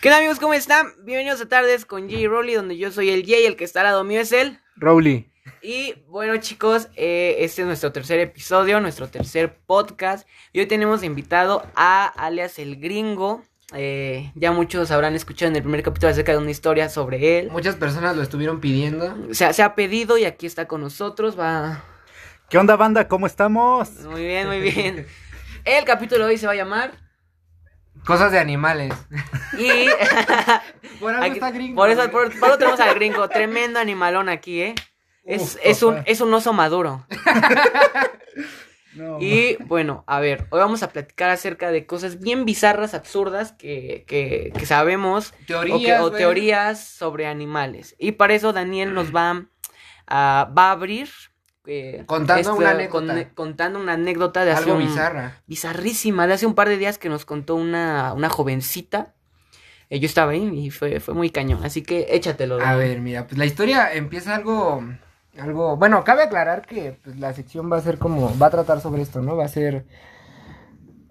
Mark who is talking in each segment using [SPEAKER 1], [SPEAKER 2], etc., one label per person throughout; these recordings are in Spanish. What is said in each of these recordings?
[SPEAKER 1] ¿Qué tal amigos? ¿Cómo están? Bienvenidos a Tardes con Jay Rowley, donde yo soy el Jay, el que está al lado mío es él.
[SPEAKER 2] Rowley.
[SPEAKER 1] Y bueno chicos, eh, este es nuestro tercer episodio, nuestro tercer podcast. Y hoy tenemos invitado a alias el gringo. Eh, ya muchos habrán escuchado en el primer capítulo acerca de una historia sobre él.
[SPEAKER 3] Muchas personas lo estuvieron pidiendo.
[SPEAKER 1] Se, ha- se ha pedido y aquí está con nosotros. Va
[SPEAKER 2] ¿Qué onda, banda? ¿Cómo estamos?
[SPEAKER 1] muy bien, muy bien. El capítulo de hoy se va a llamar
[SPEAKER 3] Cosas de animales.
[SPEAKER 1] y
[SPEAKER 3] Por algo
[SPEAKER 1] Aquí-
[SPEAKER 3] está gringo.
[SPEAKER 1] Por eso,
[SPEAKER 3] güey.
[SPEAKER 1] por, por eso tenemos al gringo. Tremendo animalón aquí, ¿eh? Es,
[SPEAKER 2] Uf,
[SPEAKER 1] es, un,
[SPEAKER 2] papá.
[SPEAKER 1] es un oso maduro.
[SPEAKER 2] No,
[SPEAKER 1] Y bueno, a ver, hoy vamos a platicar acerca de cosas bien bizarras, absurdas que, que, que sabemos o, que-
[SPEAKER 3] Teorías,
[SPEAKER 1] o
[SPEAKER 3] güey.
[SPEAKER 1] teorías sobre animales. Y para eso Daniel nos va a, va a abrir. eh,
[SPEAKER 3] Contando una anécdota.
[SPEAKER 1] contando una anécdota de hace
[SPEAKER 3] Algo
[SPEAKER 1] un-
[SPEAKER 3] bizarra.
[SPEAKER 1] bizarrísima de hace un par de días que nos contó una, una jovencita. Eh, yo estaba ahí y fue, fue muy cañón. Así que échatelo.
[SPEAKER 3] A
[SPEAKER 1] Dani.
[SPEAKER 3] ver, mira, pues la historia empieza algo, algo, bueno, cabe aclarar que pues, la sección va a ser como, va a tratar sobre esto, ¿no? Va a ser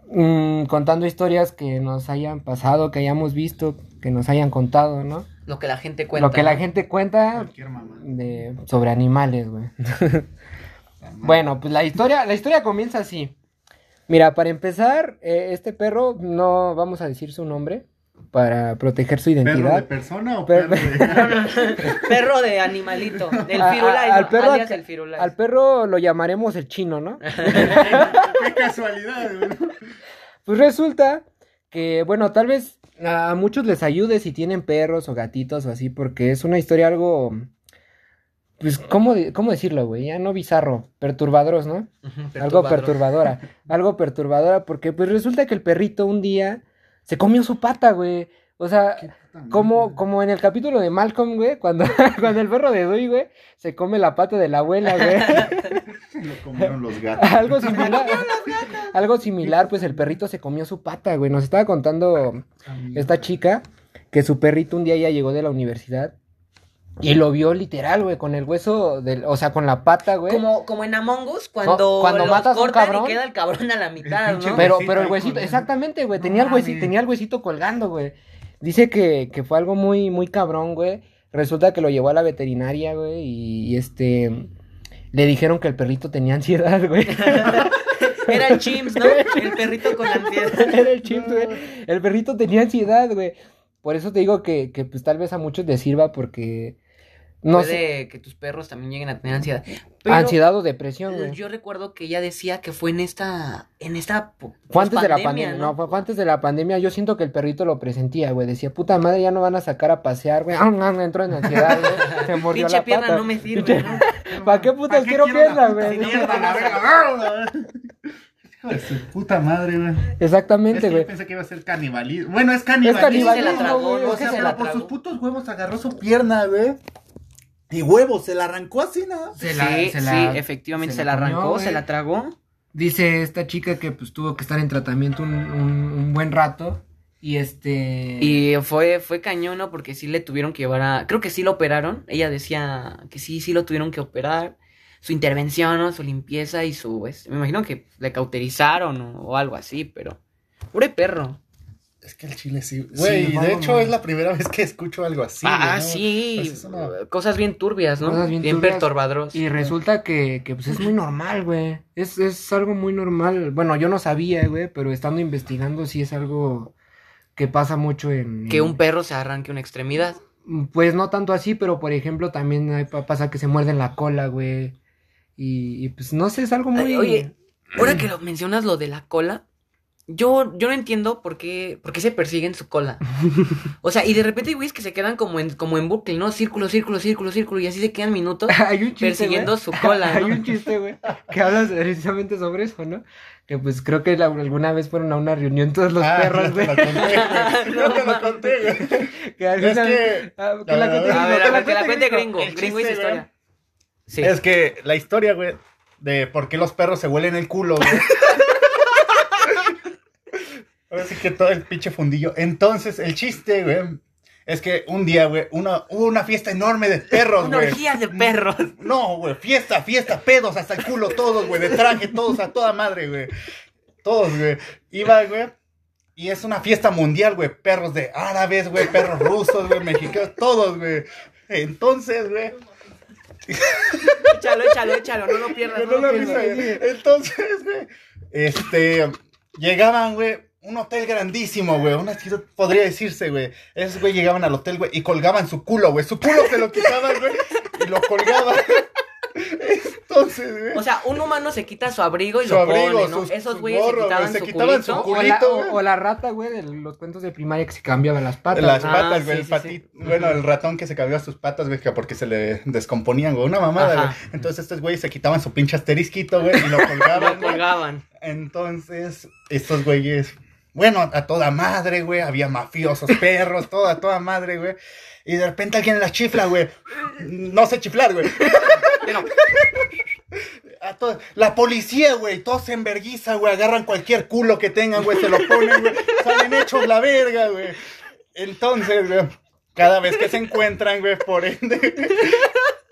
[SPEAKER 3] mm, contando historias que nos hayan pasado, que hayamos visto, que nos hayan contado, ¿no?
[SPEAKER 1] Lo que la gente cuenta.
[SPEAKER 3] Lo que la
[SPEAKER 1] ¿no?
[SPEAKER 3] gente cuenta
[SPEAKER 2] Cualquier mamá.
[SPEAKER 3] de, sobre animales, güey. bueno, pues la historia, la historia comienza así. Mira, para empezar, eh, este perro, no vamos a decir su nombre para proteger su
[SPEAKER 4] ¿Perro de
[SPEAKER 3] identidad.
[SPEAKER 4] persona o
[SPEAKER 3] Per-
[SPEAKER 4] perro de.?
[SPEAKER 1] Perro de animalito. Del
[SPEAKER 3] A- a-
[SPEAKER 1] firulais.
[SPEAKER 3] al
[SPEAKER 1] ¿no?
[SPEAKER 3] perro-
[SPEAKER 1] Alias el firulais.
[SPEAKER 3] Al perro lo llamaremos el chino, ¿no?
[SPEAKER 4] ¡Qué casualidad, güey!
[SPEAKER 3] Pues resulta que, bueno, tal vez a muchos les ayude si tienen perros o gatitos o así, porque es una historia algo, pues, ¿cómo, de- cómo decirlo, güey? Ya no bizarro, perturbadores, ¿no? Algo perturbadora, algo perturbadora, porque pues resulta que el perrito un día se comió su pata, güey. O sea, como, como en el capítulo de Malcolm, güey, cuando, cuando el perro de Dewey, güey, se come la pata de la abuela, güey.
[SPEAKER 4] Lo comieron los gatos.
[SPEAKER 3] algo similar. algo similar, pues el perrito se comió su pata, güey. Nos estaba contando esta chica que su perrito un día ya llegó de la universidad y lo vio literal, güey, con el hueso del, o sea, con la pata, güey.
[SPEAKER 1] Como, como en Among Us, cuando,
[SPEAKER 3] Co- cuando
[SPEAKER 1] los
[SPEAKER 3] matas a un
[SPEAKER 1] cortan
[SPEAKER 3] cabrón.
[SPEAKER 1] y queda el cabrón a la mitad,
[SPEAKER 4] pinche
[SPEAKER 1] ¿no?
[SPEAKER 3] Pero,
[SPEAKER 4] Huesito
[SPEAKER 3] pero el
[SPEAKER 4] Ah, ahí
[SPEAKER 3] huesito,
[SPEAKER 4] colgando.
[SPEAKER 3] exactamente, güey.
[SPEAKER 4] No
[SPEAKER 3] Tenía el huesito,
[SPEAKER 4] mames.
[SPEAKER 3] tenía el huesito colgando, güey. Dice que, que fue algo muy, muy cabrón, güey. Resulta que lo llevó a la veterinaria, güey. Y, y, este. Le dijeron que el perrito tenía ansiedad, güey.
[SPEAKER 1] Era el Chims, ¿no? El perrito con ansiedad.
[SPEAKER 3] Era el chip, güey. El perrito tenía ansiedad, güey. Por eso te digo que, que pues tal vez a muchos les sirva porque. No sé.
[SPEAKER 1] Puede que tus perros también lleguen a tener ansiedad. Pero
[SPEAKER 3] Ansiedad o depresión, güey.
[SPEAKER 1] Yo recuerdo que ella decía que fue en esta. En esta. po- pues,
[SPEAKER 3] Fue antes de la
[SPEAKER 1] pospandemia,
[SPEAKER 3] pandemia, no, fue fue antes de la pandemia. Yo siento que el perrito lo presentía, güey. Decía, puta madre, ya no van a sacar a pasear, güey. Ah, Entró en ansiedad, güey. Se mordió
[SPEAKER 1] Pinche
[SPEAKER 3] la
[SPEAKER 1] pierna
[SPEAKER 3] pata.
[SPEAKER 1] no me sirve,
[SPEAKER 3] Pinche-
[SPEAKER 1] ¿no?
[SPEAKER 3] ¿Para qué putas quiero pierna, güey?
[SPEAKER 4] Mierda, la verga. Hijo de su puta madre, güey. Es
[SPEAKER 3] Exactamente,
[SPEAKER 4] que yo
[SPEAKER 3] güey.
[SPEAKER 4] pensé que iba a ser canibalismo. Bueno, es canibalismo.
[SPEAKER 3] Es canibalismo,
[SPEAKER 4] güey.
[SPEAKER 1] Se la tragó,
[SPEAKER 4] O
[SPEAKER 3] es que
[SPEAKER 4] sea,
[SPEAKER 3] se
[SPEAKER 4] pero
[SPEAKER 3] la
[SPEAKER 4] por
[SPEAKER 1] tragó.
[SPEAKER 4] sus putos huevos agarró su pierna, güey. Y huevos, se la arrancó así, nada.
[SPEAKER 3] Se la-
[SPEAKER 1] sí,
[SPEAKER 3] se la-
[SPEAKER 1] sí, efectivamente se,
[SPEAKER 3] se
[SPEAKER 1] la
[SPEAKER 3] la comió,
[SPEAKER 1] arrancó, se
[SPEAKER 3] güey.
[SPEAKER 1] la tragó.
[SPEAKER 3] Dice esta chica que pues tuvo que estar en tratamiento un, un- un buen rato. Y este.
[SPEAKER 1] Y fue, fue cañón, ¿no? Porque sí le tuvieron que llevar a. Creo que sí lo operaron. Ella decía que sí, sí lo tuvieron que operar. Su intervención, ¿no? Su limpieza y su. pues, me imagino que le cauterizaron o, o algo así, pero. Pobre perro.
[SPEAKER 4] Es que el chile sí.
[SPEAKER 3] Sí,
[SPEAKER 4] Güey, y
[SPEAKER 3] no,
[SPEAKER 4] de
[SPEAKER 3] no.
[SPEAKER 4] hecho es la primera vez que escucho algo así.
[SPEAKER 1] ah,
[SPEAKER 4] güey, ¿no?
[SPEAKER 1] sí.
[SPEAKER 4] Pues es una-
[SPEAKER 1] Cosas bien turbias, ¿no?
[SPEAKER 3] Cosas bien turbias.
[SPEAKER 1] perturbadoras.
[SPEAKER 3] Y resulta que, que, pues es muy normal, güey. Es, es algo muy normal. Bueno, yo no sabía, güey, pero estando investigando sí es algo que pasa mucho en...
[SPEAKER 1] Que un perro se arranque una extremidad.
[SPEAKER 3] Pues no tanto así, pero por ejemplo también hay, pa- pasa que se muerden la cola, güey. Y, y, pues no sé, es algo muy...
[SPEAKER 1] Ay, oye. Ahora que lo mencionas lo de la cola, yo, yo no entiendo por qué, por qué se persiguen su cola. O sea, y de repente hay güeyes que se quedan como en, como en bucle, ¿no? Círculo, círculo, círculo, círculo, y así se quedan minutos
[SPEAKER 3] Hay un chiste,
[SPEAKER 1] persiguiendo
[SPEAKER 3] güey.
[SPEAKER 1] su cola,
[SPEAKER 3] Hay
[SPEAKER 1] ¿no?
[SPEAKER 3] un chiste, güey, que habla precisamente sobre eso, ¿no? Que pues creo que la- alguna vez fueron a una reunión todos los
[SPEAKER 4] Ah,
[SPEAKER 3] perros,
[SPEAKER 4] creo que
[SPEAKER 3] güey.
[SPEAKER 4] lo conté, güey. Creo que lo conté, güey.
[SPEAKER 3] Que alguna
[SPEAKER 4] Es que-
[SPEAKER 3] Ah, que la
[SPEAKER 4] A
[SPEAKER 3] cuente
[SPEAKER 4] ver,
[SPEAKER 1] A
[SPEAKER 3] gringo,
[SPEAKER 1] ver,
[SPEAKER 3] que
[SPEAKER 1] a
[SPEAKER 3] la
[SPEAKER 1] ver, que la cuente gringo,
[SPEAKER 4] El
[SPEAKER 1] gringo y su
[SPEAKER 4] chiste, güey.
[SPEAKER 1] historia. Sí.
[SPEAKER 4] Es que la historia, güey, de por qué los perros se huelen el culo, güey. Ahora sí que todo el pinche fundillo. Entonces, el chiste, güey, es que un día, güey, una, hubo una fiesta enorme de perros,
[SPEAKER 1] Una
[SPEAKER 4] güey.
[SPEAKER 1] orgía de perros.
[SPEAKER 4] No, güey, fiesta, fiesta, pedos hasta el culo todos, güey, de traje todos, a toda madre, güey. Todos, güey. Iba, güey, Y es una fiesta mundial, güey. Perros de árabes, güey. Perros rusos, güey. Mexicanos, todos, güey. Entonces, güey.
[SPEAKER 1] Échalo, échalo, échalo, no lo pierdas.
[SPEAKER 4] Yo
[SPEAKER 1] No
[SPEAKER 4] no
[SPEAKER 1] lo
[SPEAKER 4] la vi,
[SPEAKER 1] pierdas.
[SPEAKER 4] güey. Entonces, güey, este, llegaban, güey, un hotel grandísimo, güey, una ciudad, podría decirse, güey. Esos, güey, llegaban al hotel, güey, y colgaban su culo, güey. Su culo se lo quitaban, güey, y lo colgaban. Entonces, güey.
[SPEAKER 1] O sea, un humano se quita su abrigo y
[SPEAKER 4] Su
[SPEAKER 1] lo
[SPEAKER 4] abrigo,
[SPEAKER 1] pone, ¿no?
[SPEAKER 4] sus-
[SPEAKER 1] Esos
[SPEAKER 4] su
[SPEAKER 1] güeyes se
[SPEAKER 4] gorro, güey,
[SPEAKER 1] quitaban
[SPEAKER 4] se
[SPEAKER 1] su
[SPEAKER 4] quitaban su
[SPEAKER 1] culito.
[SPEAKER 3] O la,
[SPEAKER 4] Culito, güey.
[SPEAKER 3] o- o la rata, güey, de los cuentos de primaria que se cambiaban las patas.
[SPEAKER 4] las
[SPEAKER 1] Ah,
[SPEAKER 4] patas,
[SPEAKER 1] sí,
[SPEAKER 4] güey, el
[SPEAKER 1] sí,
[SPEAKER 4] patito, bueno, el ratón que se cambió a sus patas, güey, que porque se le descomponían, güey, una mamada,
[SPEAKER 1] Ajá.
[SPEAKER 4] güey. Entonces estos güeyes se quitaban su pinche asterisquito, güey, y lo colgaban,
[SPEAKER 1] Lo
[SPEAKER 4] güey.
[SPEAKER 1] colgaban.
[SPEAKER 4] Entonces, estos güeyes, bueno, a toda madre, güey, había mafiosos, perros, todo a toda madre, güey. Y de repente alguien las chifla, güey. No sé chiflar, güey.
[SPEAKER 1] Pero,
[SPEAKER 4] A to- La policía, güey, todos se enverguiza, güey, agarran cualquier culo que tengan, güey, se lo ponen, güey. Salen hechos la verga, güey. Entonces, güey, cada vez que se encuentran, güey, por ende,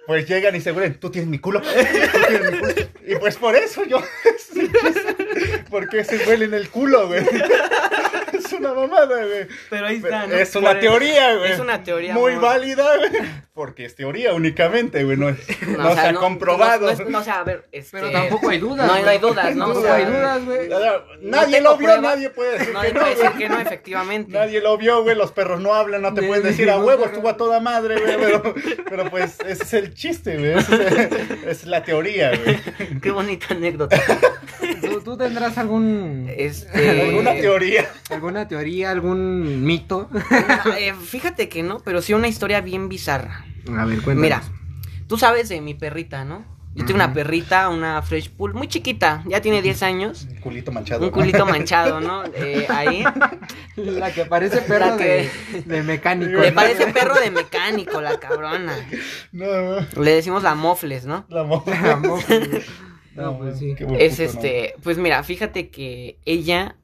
[SPEAKER 4] pues llegan y se güey, tú tienes mi culo. tú tienes mi culo". Y pues por eso yo, porque se huelen el culo, güey. Es una mamada, güey.
[SPEAKER 1] pero ahí está, ¿no?
[SPEAKER 4] Es una
[SPEAKER 1] Por el-
[SPEAKER 4] teoría, güey.
[SPEAKER 1] Es una teoría.
[SPEAKER 4] Muy
[SPEAKER 1] amor.
[SPEAKER 4] válida, güey. Porque es teoría únicamente, güey. No, es- no
[SPEAKER 1] o sea,
[SPEAKER 4] se ha comprobado.
[SPEAKER 1] No, no es- no, o sea, a ver, este,
[SPEAKER 3] Pero tampoco hay dudas.
[SPEAKER 1] No, no hay
[SPEAKER 3] güey.
[SPEAKER 1] dudas, ¿no?
[SPEAKER 4] No
[SPEAKER 1] O sea,
[SPEAKER 4] hay
[SPEAKER 3] dudas, güey.
[SPEAKER 4] Nadie
[SPEAKER 1] tengo
[SPEAKER 4] lo vio,
[SPEAKER 1] pruebas.
[SPEAKER 4] nadie puede decir
[SPEAKER 1] No
[SPEAKER 4] que
[SPEAKER 1] le
[SPEAKER 4] no,
[SPEAKER 1] puede decir
[SPEAKER 4] güey.
[SPEAKER 1] que no, efectivamente.
[SPEAKER 4] Nadie lo vio, güey, los perros no hablan, no te
[SPEAKER 3] Ni-
[SPEAKER 4] pueden
[SPEAKER 3] ni
[SPEAKER 4] decir a
[SPEAKER 3] los
[SPEAKER 4] huevo,
[SPEAKER 3] perros".
[SPEAKER 4] estuvo a toda madre, güey, pero, pero pues ese es el chiste, güey, ese es, es la teoría, güey.
[SPEAKER 1] Qué bonita anécdota.
[SPEAKER 3] ¿Tú, tú tendrás algún,
[SPEAKER 1] Este,
[SPEAKER 4] Alguna teoría.
[SPEAKER 3] alguna teoría, algún mito?
[SPEAKER 1] una- eh, fíjate que no, pero sí una historia bien bizarra.
[SPEAKER 3] A ver, cuéntanos.
[SPEAKER 1] Mira, tú sabes de mi perrita, ¿no? Yo tengo una perrita, una Fresh Pool, muy chiquita, ya tiene 10 años.
[SPEAKER 4] Un culito manchado.
[SPEAKER 1] Un
[SPEAKER 4] ¿no?
[SPEAKER 1] culito manchado, ¿no? Eh, ahí.
[SPEAKER 3] La que parece perro
[SPEAKER 1] La
[SPEAKER 3] de,
[SPEAKER 1] que-
[SPEAKER 3] de mecánico.
[SPEAKER 1] Le parece perro de mecánico, la cabrona.
[SPEAKER 4] No, no,
[SPEAKER 1] Le decimos la mofles, ¿no?
[SPEAKER 4] la mofa.
[SPEAKER 3] Tampoco, güey. No, pues sí.
[SPEAKER 4] Qué buen
[SPEAKER 1] Es
[SPEAKER 4] puto, ¿no?
[SPEAKER 1] este, pues mira, fíjate que ella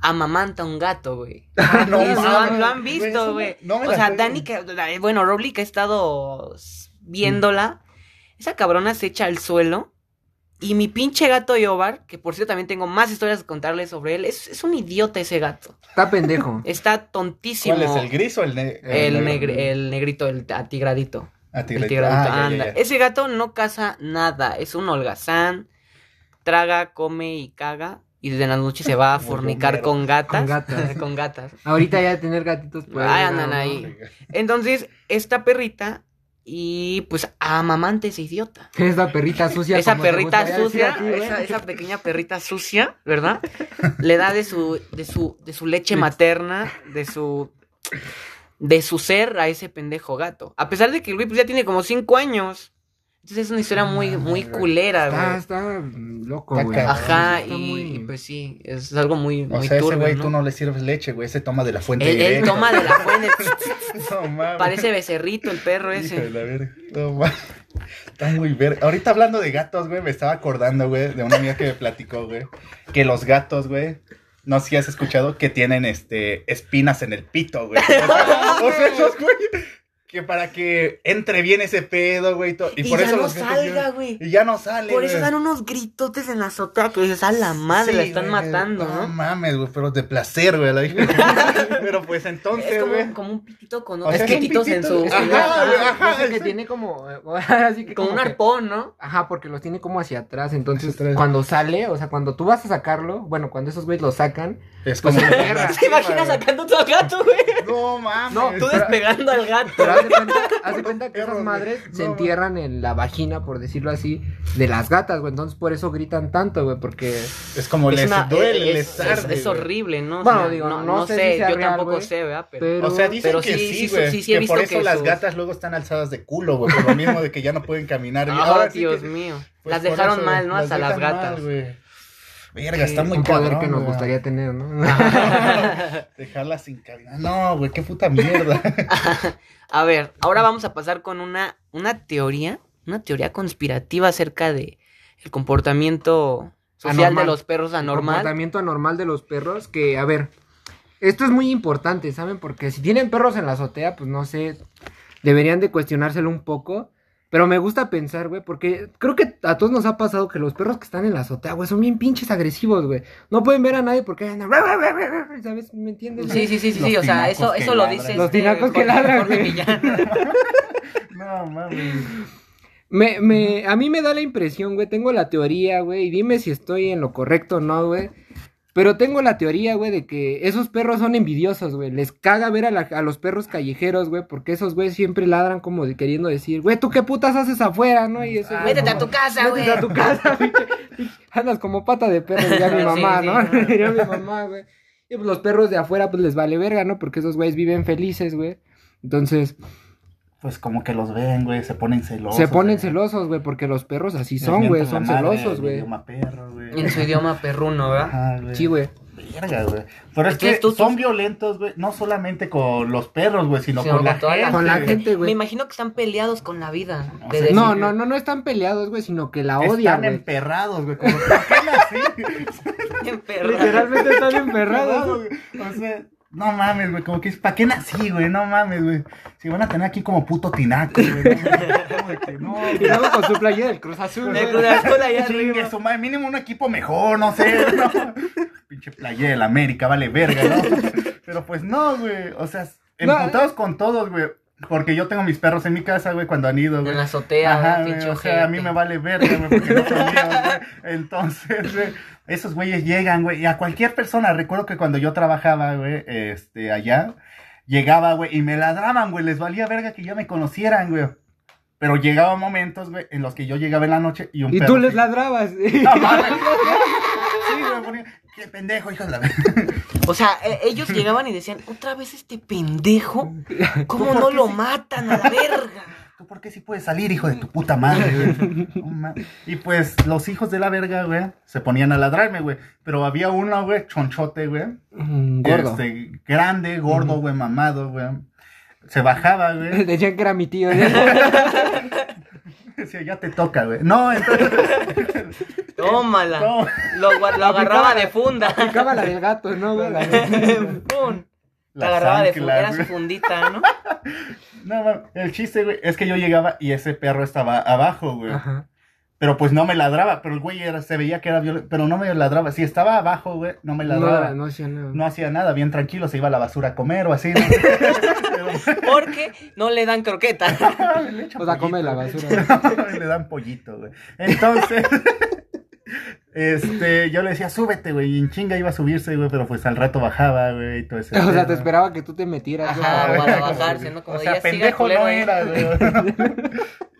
[SPEAKER 1] amamanta a un gato, güey.
[SPEAKER 4] Ah, no
[SPEAKER 1] Y lo,
[SPEAKER 4] mames,
[SPEAKER 1] han, lo han
[SPEAKER 4] eso no-
[SPEAKER 1] visto, güey.
[SPEAKER 4] no me
[SPEAKER 1] o
[SPEAKER 4] la
[SPEAKER 1] sea,
[SPEAKER 4] sé,
[SPEAKER 1] Dani,
[SPEAKER 4] güey.
[SPEAKER 1] que, la- bueno, Rowley que ha estado s- viéndola, esa cabrona se echa al suelo. Y mi pinche gato Yobar, que por cierto también tengo más historias que contarles sobre él, es, es un idiota ese gato.
[SPEAKER 3] Está pendejo.
[SPEAKER 1] Está tontísimo.
[SPEAKER 4] ¿Cuál es, el gris o el negro?
[SPEAKER 1] El, negre-
[SPEAKER 4] negro.
[SPEAKER 1] el negrito, el atigradito.
[SPEAKER 4] Ah,
[SPEAKER 1] El
[SPEAKER 4] tigre.
[SPEAKER 1] tigradito,
[SPEAKER 4] Ah, ya,
[SPEAKER 1] anda.
[SPEAKER 4] ya, ya.
[SPEAKER 1] Ese gato no caza nada, es un holgazán, traga, come y caga, y desde la noche se va a
[SPEAKER 4] Muy
[SPEAKER 1] fornicar
[SPEAKER 4] bombero.
[SPEAKER 1] con gatas.
[SPEAKER 3] Con gatas.
[SPEAKER 1] con gatas.
[SPEAKER 3] Ahorita ya tener gatitos pues.
[SPEAKER 1] Ay,
[SPEAKER 3] no,
[SPEAKER 1] andan
[SPEAKER 3] no.
[SPEAKER 1] ahí. Entonces, esta perrita, y pues amamante ese idiota.
[SPEAKER 3] Esa perrita sucia.
[SPEAKER 1] esa
[SPEAKER 3] como te
[SPEAKER 1] perrita
[SPEAKER 3] gustaría decir
[SPEAKER 1] sucia,
[SPEAKER 3] a ti, güey.
[SPEAKER 1] esa, esa pequeña perrita sucia, ¿verdad? Le da de su, de su, de su leche materna, de su. de su ser a ese pendejo gato. A pesar de que el güey pues, ya tiene como cinco años. Entonces es una historia muy, muy culera,
[SPEAKER 3] Está,
[SPEAKER 1] güey.
[SPEAKER 3] está loco,
[SPEAKER 4] Está
[SPEAKER 3] güey.
[SPEAKER 4] cagado.
[SPEAKER 1] Ajá,
[SPEAKER 3] Está
[SPEAKER 1] y,
[SPEAKER 3] muy-
[SPEAKER 1] y, pues sí, es algo muy,
[SPEAKER 4] O
[SPEAKER 1] muy
[SPEAKER 4] sea, ese
[SPEAKER 1] turbio,
[SPEAKER 4] güey
[SPEAKER 1] ¿no?
[SPEAKER 4] tú no le sirves leche, güey, ese toma de la fuente
[SPEAKER 1] Él, él
[SPEAKER 4] directa.
[SPEAKER 1] toma de la fuente, pues,
[SPEAKER 4] No mames.
[SPEAKER 1] parece eh. becerrito el perro
[SPEAKER 4] Hijo de
[SPEAKER 1] ese.
[SPEAKER 4] la verga. No mames. Está muy verga. Ahorita hablando de gatos, güey, me estaba acordando, güey, de una amiga que me platicó, güey, que los gatos, güey, no sé si has escuchado, que tienen, este, espinas en el pito, güey. O sea, o sea, esos, güey, que para que entre bien ese pedo, güey, y todo. Y,
[SPEAKER 1] Y
[SPEAKER 4] por
[SPEAKER 1] ya
[SPEAKER 4] eso
[SPEAKER 1] no
[SPEAKER 4] los gatos
[SPEAKER 1] salga,
[SPEAKER 4] llevan-
[SPEAKER 1] güey.
[SPEAKER 4] Y ya no sale,
[SPEAKER 1] Por eso
[SPEAKER 4] güey.
[SPEAKER 1] dan unos gritotes en la azotea que dices, a la madre, la
[SPEAKER 4] Sí,
[SPEAKER 1] están
[SPEAKER 4] güey,
[SPEAKER 1] matando,
[SPEAKER 4] no
[SPEAKER 1] ¿no?
[SPEAKER 4] mames, güey, pero de placer, güey. la dije. pero pues
[SPEAKER 1] Es
[SPEAKER 4] entonces, güey.
[SPEAKER 1] como, como un pitito con
[SPEAKER 4] O sea,
[SPEAKER 1] otros
[SPEAKER 4] es un
[SPEAKER 1] pititos en
[SPEAKER 4] pitito.
[SPEAKER 1] su.
[SPEAKER 4] Ajá,
[SPEAKER 1] en la-
[SPEAKER 3] Ajá,
[SPEAKER 4] güey,
[SPEAKER 3] ajá,
[SPEAKER 4] ajá,
[SPEAKER 3] no sé que
[SPEAKER 4] sí.
[SPEAKER 3] tiene como. Así que
[SPEAKER 1] Como un
[SPEAKER 3] como que-
[SPEAKER 1] arpón, ¿no?
[SPEAKER 3] Ajá, porque los tiene como hacia atrás. Entonces,
[SPEAKER 4] Hacia atrás.
[SPEAKER 3] cuando sale, o sea, cuando tú vas a sacarlo, bueno, cuando esos güeyes lo sacan,
[SPEAKER 4] Es como.
[SPEAKER 3] Pues, perra.
[SPEAKER 1] ¿Te imaginas sacando tu gato, güey?
[SPEAKER 4] No mames.
[SPEAKER 3] No,
[SPEAKER 1] Tú despegando al gato.
[SPEAKER 3] pero haz de cuenta, haz de cuenta que
[SPEAKER 4] perros,
[SPEAKER 3] esas
[SPEAKER 4] güey.
[SPEAKER 3] madres
[SPEAKER 4] No,
[SPEAKER 3] se
[SPEAKER 4] güey.
[SPEAKER 3] entierran en la vagina, por decirlo así, de las gatas, güey. Entonces, por eso gritan tanto, güey, porque.
[SPEAKER 4] Es como
[SPEAKER 1] Es
[SPEAKER 4] les
[SPEAKER 1] una- e
[SPEAKER 4] duele,
[SPEAKER 1] es-
[SPEAKER 4] les
[SPEAKER 1] es-
[SPEAKER 4] arde.
[SPEAKER 1] es
[SPEAKER 4] güey.
[SPEAKER 1] horrible, ¿no? O
[SPEAKER 3] Bueno,
[SPEAKER 1] sea,
[SPEAKER 3] digo,
[SPEAKER 1] no,
[SPEAKER 3] no
[SPEAKER 1] no
[SPEAKER 3] sé
[SPEAKER 1] sé,
[SPEAKER 3] si sea
[SPEAKER 1] yo
[SPEAKER 3] real,
[SPEAKER 1] tampoco
[SPEAKER 3] güey,
[SPEAKER 1] sé, ¿verdad? Pero,
[SPEAKER 3] pero-
[SPEAKER 4] O sea, dicen
[SPEAKER 1] pero sí,
[SPEAKER 4] que
[SPEAKER 1] sí,
[SPEAKER 4] sí, güey.
[SPEAKER 1] sí, sí he
[SPEAKER 4] que
[SPEAKER 1] visto
[SPEAKER 4] por eso
[SPEAKER 1] que
[SPEAKER 4] las
[SPEAKER 1] sus-
[SPEAKER 4] gatas luego están alzadas de culo, güey. Por lo mismo de que ya no pueden caminar.
[SPEAKER 1] Ah,
[SPEAKER 4] Ahora sí
[SPEAKER 1] Dios
[SPEAKER 4] que-
[SPEAKER 1] mío.
[SPEAKER 4] pues
[SPEAKER 1] las
[SPEAKER 4] por
[SPEAKER 1] dejaron
[SPEAKER 4] eso
[SPEAKER 1] mal, ¿no? Hasta las
[SPEAKER 4] dejan
[SPEAKER 1] gatas.
[SPEAKER 4] mal, güey. Verga, está muy
[SPEAKER 3] un poder
[SPEAKER 4] cabrón,
[SPEAKER 3] que nos
[SPEAKER 4] güey.
[SPEAKER 3] gustaría tener, ¿no?
[SPEAKER 4] Dejarlas sin caminar. No, güey, qué puta mierda.
[SPEAKER 1] a ver, ahora vamos a pasar con una, una teoría, una teoría conspirativa acerca de el comportamiento social
[SPEAKER 3] Anormal.
[SPEAKER 1] de los perros anormal.
[SPEAKER 3] comportamiento anormal de los perros que, a ver, esto es muy importante, ¿saben? Porque si tienen perros en la azotea, pues no sé, deberían de cuestionárselo un poco. Pero me gusta pensar, güey, porque creo que a todos nos ha pasado que los perros que están en la azotea, güey, son bien pinches agresivos, güey. No pueden ver a nadie porque andan, ¿sabes? ¿Me entiendes?
[SPEAKER 1] Sí, sí, sí, sí,
[SPEAKER 4] Los
[SPEAKER 1] sí, o sea,
[SPEAKER 4] tinacos
[SPEAKER 1] eso,
[SPEAKER 4] que
[SPEAKER 1] eso lo
[SPEAKER 4] ladran.
[SPEAKER 1] dice
[SPEAKER 3] Los tinacos que
[SPEAKER 1] Jorge-
[SPEAKER 3] ladran,
[SPEAKER 1] Jorge
[SPEAKER 3] güey.
[SPEAKER 1] Millán.
[SPEAKER 4] No, mames.
[SPEAKER 3] Me, me, a mí me da la impresión, güey, tengo la teoría, güey, y dime si estoy en lo correcto o no, güey. Pero tengo la teoría, güey, de que esos perros son envidiosos, güey. Les caga ver a, la- a los perros callejeros, güey, porque esos, güey, siempre ladran como de- queriendo decir, güey, ¿tú qué putas haces afuera, no? Y ese, güey,
[SPEAKER 1] Métete
[SPEAKER 3] no,
[SPEAKER 1] a tu casa, güey.
[SPEAKER 3] métete a tu casa, güey. Andas como pata de perro, diría mi
[SPEAKER 1] Sí,
[SPEAKER 3] mamá,
[SPEAKER 1] sí,
[SPEAKER 3] ¿no?
[SPEAKER 1] ¿no?
[SPEAKER 3] Diría mi mamá, güey. Y pues los perros de afuera, pues les vale verga, ¿no? Porque esos güeyes viven felices, güey. Entonces,
[SPEAKER 4] Pues como que los ven, güey, se ponen celosos.
[SPEAKER 3] se ponen
[SPEAKER 4] güey.
[SPEAKER 3] celosos, güey, porque los perros así
[SPEAKER 4] eh. Les
[SPEAKER 3] son, güey,
[SPEAKER 4] mientan
[SPEAKER 3] son
[SPEAKER 4] la madre,
[SPEAKER 3] celosos,
[SPEAKER 4] el
[SPEAKER 3] güey.
[SPEAKER 4] idioma perro, güey.
[SPEAKER 1] En su idioma perruno, ¿verdad?
[SPEAKER 4] Ajá, güey.
[SPEAKER 3] Sí, güey.
[SPEAKER 4] Verga, güey. Pero es
[SPEAKER 1] Entonces,
[SPEAKER 4] que
[SPEAKER 1] tú- tú-
[SPEAKER 4] son violentos, güey. No solamente con los perros, güey, sino
[SPEAKER 1] Sí,
[SPEAKER 4] con la
[SPEAKER 1] toda
[SPEAKER 4] gente.
[SPEAKER 3] Con la gente,
[SPEAKER 1] Me
[SPEAKER 3] güey.
[SPEAKER 1] imagino que están peleados con la vida.
[SPEAKER 4] O
[SPEAKER 1] de
[SPEAKER 4] sea,
[SPEAKER 1] decir-
[SPEAKER 3] No, no, no, no están peleados, güey, sino que la odian,
[SPEAKER 4] Están
[SPEAKER 3] güey.
[SPEAKER 4] emperrados, güey. Como ¿por qué nací?
[SPEAKER 1] Qué perra.
[SPEAKER 3] Literalmente están emperrados.
[SPEAKER 4] O sea, no mames, güey. Como que es, ¿para qué nací, güey? No mames, güey. Si van a tener aquí como puto tinaco, güey. No, mames, como que no,
[SPEAKER 3] Y
[SPEAKER 4] güey.
[SPEAKER 3] luego con su playera del Cruz Azul,
[SPEAKER 1] De
[SPEAKER 3] güey.
[SPEAKER 1] Cruz Azul allá
[SPEAKER 4] Chingue
[SPEAKER 1] arriba.
[SPEAKER 4] su madre, mínimo un equipo mejor, no sé. ¿no? Pinche playera del América, vale verga, ¿no? Pero pues no, güey. O sea, empuntados con todos, güey. Porque yo tengo mis perros en mi casa, güey, cuando han ido, güey.
[SPEAKER 1] En la azotea,
[SPEAKER 4] Ajá,
[SPEAKER 1] ¿verdad?
[SPEAKER 4] güey,
[SPEAKER 1] Pinche
[SPEAKER 4] o sea, a mí
[SPEAKER 1] ojete.
[SPEAKER 4] me vale verga, güey, porque no son míos, güey. Entonces, güey, esos güeyes llegan, güey, y a cualquier persona, recuerdo que cuando yo trabajaba, güey, este, allá, llegaba, güey, y me ladraban, güey, les valía verga que ya me conocieran, güey. Pero llegaban momentos, güey, en los que yo llegaba en la noche y un
[SPEAKER 3] Y
[SPEAKER 4] perro
[SPEAKER 3] tú
[SPEAKER 4] se-
[SPEAKER 3] les ladrabas.
[SPEAKER 4] No, mames. Sí, güey, ponía, qué pendejo, hijo de la verga.
[SPEAKER 1] O sea, e- ellos llegaban y decían, otra vez este pendejo, ¿cómo
[SPEAKER 4] ¿Por
[SPEAKER 1] no
[SPEAKER 4] qué
[SPEAKER 1] lo
[SPEAKER 4] sí?
[SPEAKER 1] matan a la verga?
[SPEAKER 4] ¿Tú por qué sí puedes salir, hijo de tu puta madre, güey? No ma- y pues los hijos de la verga, güey, se ponían a ladrarme, güey. Pero había uno, güey, chonchote, güey.
[SPEAKER 3] Mm, Gordo.
[SPEAKER 4] Este, grande, gordo, güey, mamado, güey. Se bajaba, güey.
[SPEAKER 3] Decían que era mi tío. ¿eh? güey.
[SPEAKER 4] Decía, ya te toca, güey. No, entonces.
[SPEAKER 1] Tómala.
[SPEAKER 4] No.
[SPEAKER 1] Lo, gua- lo agarraba de funda.
[SPEAKER 3] Aplicaba la del gato, ¿no, güey? La de-
[SPEAKER 1] Pum. La
[SPEAKER 4] Las
[SPEAKER 1] agarraba de funda,
[SPEAKER 4] anclas,
[SPEAKER 1] era su
[SPEAKER 4] güey.
[SPEAKER 1] fundita, ¿no?
[SPEAKER 4] No, ma- el chiste, güey, es que yo llegaba y ese perro estaba abajo, güey.
[SPEAKER 3] Ajá.
[SPEAKER 4] Pero pues no me ladraba, pero el güey era, se veía que era violento, pero no me ladraba. Si estaba abajo, güey, no me ladraba. No,
[SPEAKER 3] No, no hacía nada.
[SPEAKER 4] hacía nada, bien tranquilo, se iba a la basura a comer o así. ¿no?
[SPEAKER 1] Porque no le dan
[SPEAKER 4] Ah,
[SPEAKER 1] croqueta.
[SPEAKER 4] Le echa
[SPEAKER 3] O
[SPEAKER 4] pollito,
[SPEAKER 3] sea, come la
[SPEAKER 4] güey.
[SPEAKER 3] basura.
[SPEAKER 4] le dan pollito, güey. Entonces, este, yo le decía, súbete, güey. Y en chinga iba a subirse, güey, pero pues al rato bajaba, güey, y todo ese
[SPEAKER 3] O sea, te
[SPEAKER 4] pedo. Ah,
[SPEAKER 3] esperaba que tú te metieras. güey,
[SPEAKER 1] Ajá,
[SPEAKER 3] para-
[SPEAKER 1] para bajarse, ¿no? Como
[SPEAKER 4] o
[SPEAKER 1] de,
[SPEAKER 4] sea,
[SPEAKER 1] "Ya siga,
[SPEAKER 4] pendejo
[SPEAKER 1] culero,
[SPEAKER 4] no
[SPEAKER 1] eh".
[SPEAKER 4] era, güey.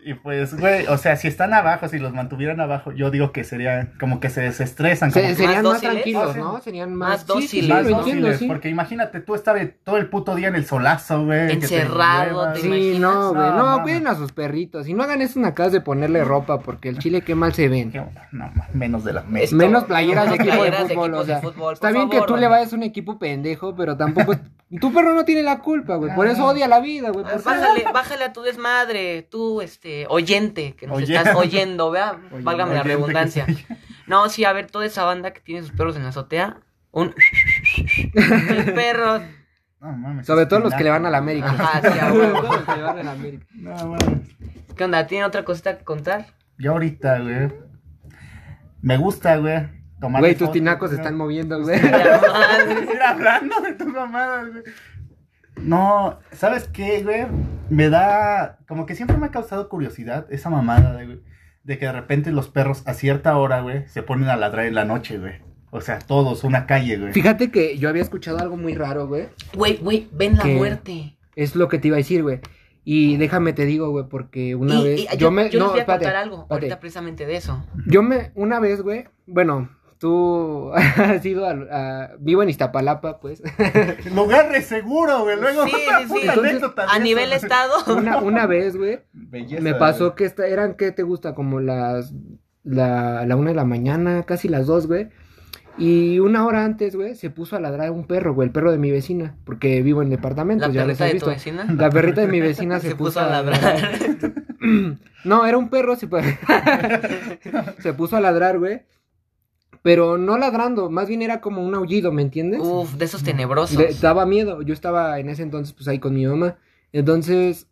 [SPEAKER 4] Y pues, güey, o sea, si están abajo, si los mantuvieran abajo, yo digo que serían como que se desestresan, como
[SPEAKER 3] Se-
[SPEAKER 4] que
[SPEAKER 3] serían más,
[SPEAKER 1] dóciles.
[SPEAKER 3] tranquilos, ¿no? Serían más,
[SPEAKER 1] Más
[SPEAKER 3] sí, sí, sí,
[SPEAKER 1] dóciles,
[SPEAKER 3] lo
[SPEAKER 4] más
[SPEAKER 1] ¿no?
[SPEAKER 3] entiendo,
[SPEAKER 4] dóciles,
[SPEAKER 3] sí.
[SPEAKER 4] Porque imagínate tú estar el- todo el puto día en el solazo, güey. que te
[SPEAKER 1] Encerrado,
[SPEAKER 4] llueva,
[SPEAKER 1] te
[SPEAKER 3] Sí,
[SPEAKER 4] güey.
[SPEAKER 1] imaginas?
[SPEAKER 3] no, güey.
[SPEAKER 4] No,
[SPEAKER 3] No,
[SPEAKER 4] mames.
[SPEAKER 3] cuiden a sus perritos. Y no hagan eso en la casa de ponerle ropa, porque el chile qué mal se ven.
[SPEAKER 4] No, menos de la mesa.
[SPEAKER 3] Menos playeras de
[SPEAKER 1] Menos
[SPEAKER 3] equipo de
[SPEAKER 1] playeras de
[SPEAKER 3] fútbol,
[SPEAKER 1] equipos
[SPEAKER 3] o sea.
[SPEAKER 1] de fútbol,
[SPEAKER 3] Está
[SPEAKER 1] por
[SPEAKER 3] bien que
[SPEAKER 1] favor,
[SPEAKER 3] tú le
[SPEAKER 1] banda.
[SPEAKER 3] vayas a un equipo pendejo, pero tampoco. Tu perro no tiene la culpa, güey. Por eso
[SPEAKER 4] Ah.
[SPEAKER 3] odia la vida, güey. por-
[SPEAKER 1] Bájale, bájale a tu desmadre, tú, este, oyente, que nos
[SPEAKER 4] Oye-
[SPEAKER 1] estás oyendo, vea, válgame la
[SPEAKER 4] Oyente que
[SPEAKER 1] redundancia.
[SPEAKER 4] se-
[SPEAKER 1] No, sí, a ver, toda esa banda que tiene sus perros en la azotea, un... Mis perros.
[SPEAKER 4] No, mames,
[SPEAKER 3] Sobre
[SPEAKER 4] es
[SPEAKER 3] todo los que le van a la
[SPEAKER 4] pinaco.
[SPEAKER 3] América.
[SPEAKER 1] Ajá, sí, a
[SPEAKER 3] Sobre
[SPEAKER 1] huevo.
[SPEAKER 3] todo los que le van a la América.
[SPEAKER 4] No, mames.
[SPEAKER 1] ¿Qué onda? ¿Tienen otra cosita que contar?
[SPEAKER 4] Yo ahorita, güey. Me gusta, güey. tomar
[SPEAKER 3] Güey, tus tinacos se están moviendo, güey.
[SPEAKER 1] Ya, madre.
[SPEAKER 4] Ir hablando de tus mamadas, güey. No, ¿sabes qué, güey? Me da. Como que siempre me ha causado curiosidad esa mamada de, güey. De que de repente los perros a cierta hora, güey, se ponen a ladrar en la noche, güey. O sea, todos, una calle, güey.
[SPEAKER 3] Fíjate que yo había escuchado algo muy raro, güey.
[SPEAKER 1] Güey, güey, ven la
[SPEAKER 3] ¿Qué?
[SPEAKER 1] muerte.
[SPEAKER 3] Es lo que te iba a decir, güey. Y déjame te digo, güey, porque una
[SPEAKER 1] Y-
[SPEAKER 3] vez.
[SPEAKER 1] y- yo,
[SPEAKER 3] me.
[SPEAKER 1] yo les
[SPEAKER 3] no,
[SPEAKER 1] voy a
[SPEAKER 3] espérate,
[SPEAKER 1] contar algo,
[SPEAKER 3] espérate.
[SPEAKER 1] ahorita precisamente de eso.
[SPEAKER 3] Yo me. Una vez, güey. Bueno, tú has ido al- a, Vivo en Iztapalapa, pues.
[SPEAKER 4] Lugar re seguro, güey. Luego,
[SPEAKER 1] Sí,
[SPEAKER 4] una
[SPEAKER 1] sí, sí.
[SPEAKER 4] puta
[SPEAKER 1] Entonces,
[SPEAKER 4] anécdota de
[SPEAKER 1] A
[SPEAKER 4] eso,
[SPEAKER 1] nivel
[SPEAKER 4] güey.
[SPEAKER 1] estado.
[SPEAKER 3] Una, una vez, güey.
[SPEAKER 4] Belleza,
[SPEAKER 3] me
[SPEAKER 4] güey.
[SPEAKER 3] pasó que esta- eran, ¿qué te gusta? Como las. La, la una de la mañana, casi las dos, güey. Y una hora antes, güey, se puso a ladrar un perro, güey, el perro de mi vecina, porque vivo en departamentos,
[SPEAKER 1] La
[SPEAKER 3] ya les
[SPEAKER 1] perrita
[SPEAKER 3] has
[SPEAKER 1] de tu
[SPEAKER 3] visto.
[SPEAKER 1] vecina
[SPEAKER 3] La perrita de mi vecina se,
[SPEAKER 1] se puso a ladrar.
[SPEAKER 3] No, era un perro, se, pu- se puso a ladrar, güey. Pero no ladrando, más bien era como un aullido, ¿me entiendes?
[SPEAKER 1] Uf, de esos
[SPEAKER 3] Le-
[SPEAKER 1] tenebrosos.
[SPEAKER 3] daba miedo. Yo estaba en ese entonces, pues ahí con mi mamá. Entonces,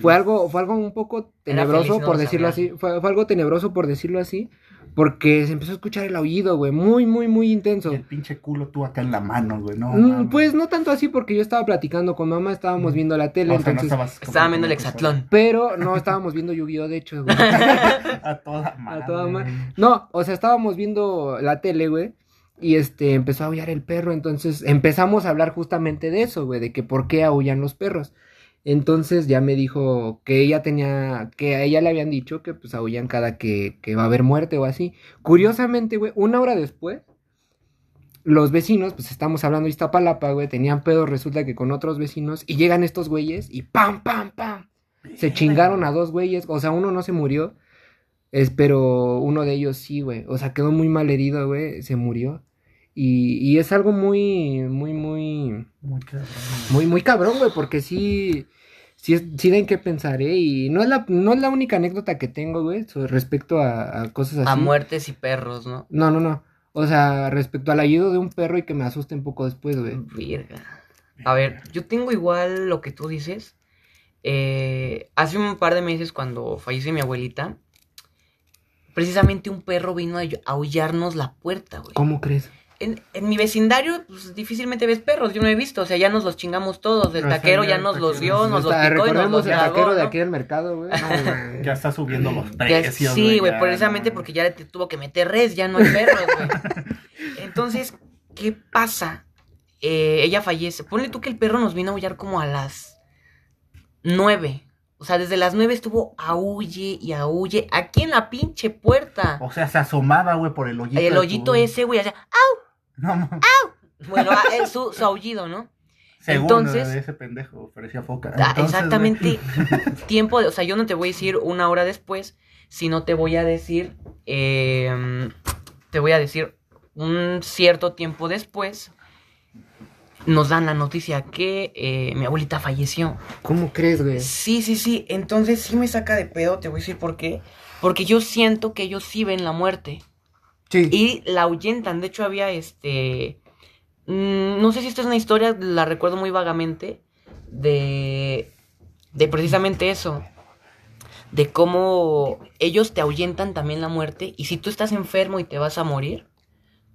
[SPEAKER 3] Fue algo, fue algo un poco
[SPEAKER 1] Era
[SPEAKER 3] tenebroso,
[SPEAKER 1] feliz, no
[SPEAKER 3] por
[SPEAKER 1] lo
[SPEAKER 3] decirlo
[SPEAKER 1] sabía.
[SPEAKER 3] así. Fue, fue algo tenebroso, por decirlo así. Porque se empezó a escuchar el aullido, güey. Muy, muy, muy intenso.
[SPEAKER 4] Y el pinche culo tú acá en la mano, güey. No,
[SPEAKER 3] Mm,
[SPEAKER 4] mames.
[SPEAKER 3] pues no tanto así, porque yo estaba platicando con mamá, estábamos
[SPEAKER 4] Mm.
[SPEAKER 3] viendo la
[SPEAKER 4] O
[SPEAKER 3] tele,
[SPEAKER 4] sea, no
[SPEAKER 3] entonces.
[SPEAKER 4] estabas
[SPEAKER 1] Estaba viendo el
[SPEAKER 4] completamente
[SPEAKER 1] hexatlón.
[SPEAKER 3] Pero no estábamos viendo Yu-Gi-Oh! de hecho,
[SPEAKER 4] solo.
[SPEAKER 3] güey.
[SPEAKER 4] A toda madre.
[SPEAKER 3] toda ma-
[SPEAKER 4] güey.
[SPEAKER 3] No, o sea, estábamos viendo la tele, güey. Y este, empezó a aullar el perro. Entonces empezamos a hablar justamente de eso, güey, de que por qué aullan los perros. Entonces ya me dijo que ella tenía, que a ella le habían dicho que pues aullan cada que, que va a haber muerte o así. Curiosamente, güey, una hora después, los vecinos, pues estamos hablando de Iztapalapa, güey, tenían pedos, resulta que con otros vecinos, y llegan estos güeyes y ¡pam, pam, pam! Se chingaron a dos güeyes, o sea, uno no se murió, es, pero uno de ellos sí, güey, o sea, quedó muy mal herido, güey, se murió. Y, y es algo muy, muy, muy,
[SPEAKER 4] Muy cabrón, güey.
[SPEAKER 3] muy, muy cabrón, güey, porque sí, sí, es- sí den que pensar, ¿eh? Y no es la, no es la única anécdota que tengo, güey, so- respecto a, a cosas así.
[SPEAKER 1] A muertes y perros, ¿no?
[SPEAKER 3] No, no, no. O sea, respecto al ayudo de un perro y que me asuste un poco después, güey.
[SPEAKER 1] Virga. A ver, yo tengo igual lo que tú dices. Eh, hace un par de meses cuando falleció mi abuelita, precisamente un perro vino a a aullarnos la puerta, güey.
[SPEAKER 3] ¿Cómo crees?
[SPEAKER 1] En, en mi vecindario pues, difícilmente ves perros, yo no he visto, o sea, ya nos los chingamos todos, el
[SPEAKER 4] O sea,
[SPEAKER 1] taquero
[SPEAKER 4] ya
[SPEAKER 1] ya
[SPEAKER 4] el
[SPEAKER 1] nos los
[SPEAKER 4] taquero.
[SPEAKER 1] dio, nos los
[SPEAKER 3] Hasta
[SPEAKER 1] picó y nos
[SPEAKER 3] recordemos
[SPEAKER 1] los
[SPEAKER 3] el taquero
[SPEAKER 1] tragó,
[SPEAKER 3] de
[SPEAKER 1] ¿no?
[SPEAKER 3] aquí del mercado, güey. No, güey.
[SPEAKER 4] Ya está subiendo los
[SPEAKER 1] Ya-
[SPEAKER 4] precios.
[SPEAKER 1] sí, güey,
[SPEAKER 4] ya,
[SPEAKER 1] precisamente
[SPEAKER 4] no,
[SPEAKER 1] porque ya le te tuvo que meter res, ya no hay perros, güey. Entonces, ¿qué pasa? Eh, ella fallece. Ponle tú que el perro nos vino a aullar como a las nueve. O sea, desde las nueve estuvo aulle y aulle aquí en la pinche puerta.
[SPEAKER 4] O sea, se asomaba, güey, por el hoyito. de
[SPEAKER 1] el
[SPEAKER 4] tu-
[SPEAKER 1] hoyito ese, güey, hacía-
[SPEAKER 4] No, mames.
[SPEAKER 1] Bueno, ah, eh, su, su aullido, ¿no?
[SPEAKER 4] Según
[SPEAKER 1] Entonces-
[SPEAKER 4] de ese pendejo, parecía foca.
[SPEAKER 1] Ah,
[SPEAKER 4] Entonces,
[SPEAKER 1] Exactamente. Tiempo, de- o sea, yo no te voy a decir una hora después, sino te voy a decir, eh, te voy a decir un cierto tiempo después, nos dan la noticia que eh, mi abuelita falleció.
[SPEAKER 3] ¿Cómo crees, güey?
[SPEAKER 1] Sí, sí, sí. Entonces sí me saca de pedo, te voy a decir por qué. Porque yo siento que ellos sí ven la muerte.
[SPEAKER 3] Sí.
[SPEAKER 1] Y la ahuyentan. De hecho, había este. mm, No sé si esta es una historia, la recuerdo muy vagamente. De. De precisamente eso. De cómo ellos te ahuyentan también la muerte. Y si tú estás enfermo y te vas a morir,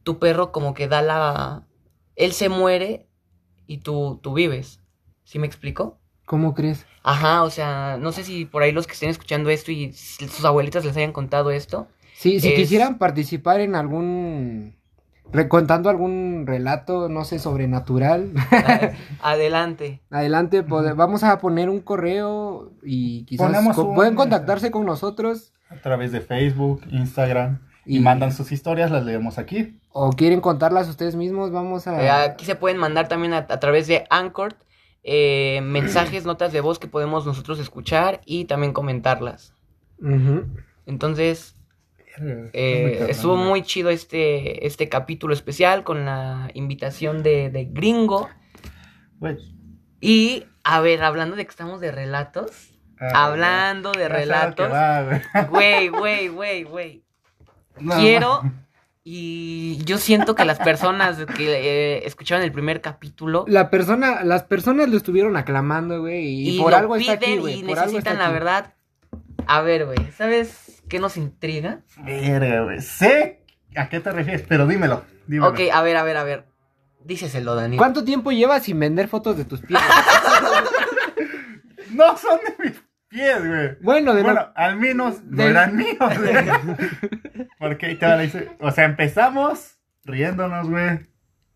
[SPEAKER 1] tu perro como que da la. Él se muere y tú, tú vives. ¿Sí me explico?
[SPEAKER 3] ¿Cómo crees?
[SPEAKER 1] Ajá, o sea, no sé si por ahí los que estén escuchando esto y s- sus abuelitas les hayan contado esto.
[SPEAKER 3] Sí, si
[SPEAKER 1] Es-
[SPEAKER 3] quisieran participar en algún... re- Contando algún relato, no sé, sobrenatural.
[SPEAKER 1] a- Adelante.
[SPEAKER 3] Adelante, pode- vamos a poner un correo y quizás
[SPEAKER 4] Ponemos
[SPEAKER 3] co-
[SPEAKER 4] un-
[SPEAKER 1] eh,
[SPEAKER 3] pueden contactarse con nosotros
[SPEAKER 4] A través de Facebook, Instagram. Y,
[SPEAKER 3] Y-
[SPEAKER 4] mandan sus historias, las leemos aquí.
[SPEAKER 3] o quieren contarlas ustedes mismos. Vamos
[SPEAKER 1] Eh,
[SPEAKER 4] Ah.
[SPEAKER 3] a...
[SPEAKER 1] Aquí se pueden mandar también a, a través de Anchor eh, mensajes, notas de voz que podemos nosotros escuchar y también comentarlas.
[SPEAKER 3] Ujú.
[SPEAKER 1] Entonces, eh, estuvo muy chido este, este capítulo especial con la invitación de, de Gringo.
[SPEAKER 4] Güey,
[SPEAKER 1] Y, a ver, hablando de que estamos de relatos,
[SPEAKER 4] ah,
[SPEAKER 1] hablando de
[SPEAKER 4] ya sabes
[SPEAKER 1] relatos,
[SPEAKER 4] que va, güey.
[SPEAKER 1] güey, güey, güey, güey.
[SPEAKER 4] No,
[SPEAKER 1] Quiero y yo siento que las personas que eh, escucharon el primer capítulo
[SPEAKER 3] La persona, las personas lo estuvieron aclamando, güey, y,
[SPEAKER 1] y,
[SPEAKER 3] por
[SPEAKER 1] lo
[SPEAKER 3] algo
[SPEAKER 1] piden
[SPEAKER 3] está aquí,
[SPEAKER 1] y
[SPEAKER 3] güey. Por algo está
[SPEAKER 1] necesitan la
[SPEAKER 3] aquí.
[SPEAKER 1] verdad. A ver, güey, ¿sabes qué nos intriga?
[SPEAKER 4] Verga, güey. Sé a qué te refieres, pero dímelo. dímelo.
[SPEAKER 1] Ok, a ver, a ver, a ver. Díceselo, Dani.
[SPEAKER 3] ¿Cuánto tiempo llevas sin vender fotos de tus pies?
[SPEAKER 4] No son de mis pies, güey.
[SPEAKER 3] bueno, de
[SPEAKER 4] Bueno,
[SPEAKER 3] no-
[SPEAKER 4] al menos no
[SPEAKER 3] del-
[SPEAKER 4] eran míos, güey. Porque ahí te va la historia. O sea, empezamos riéndonos, güey.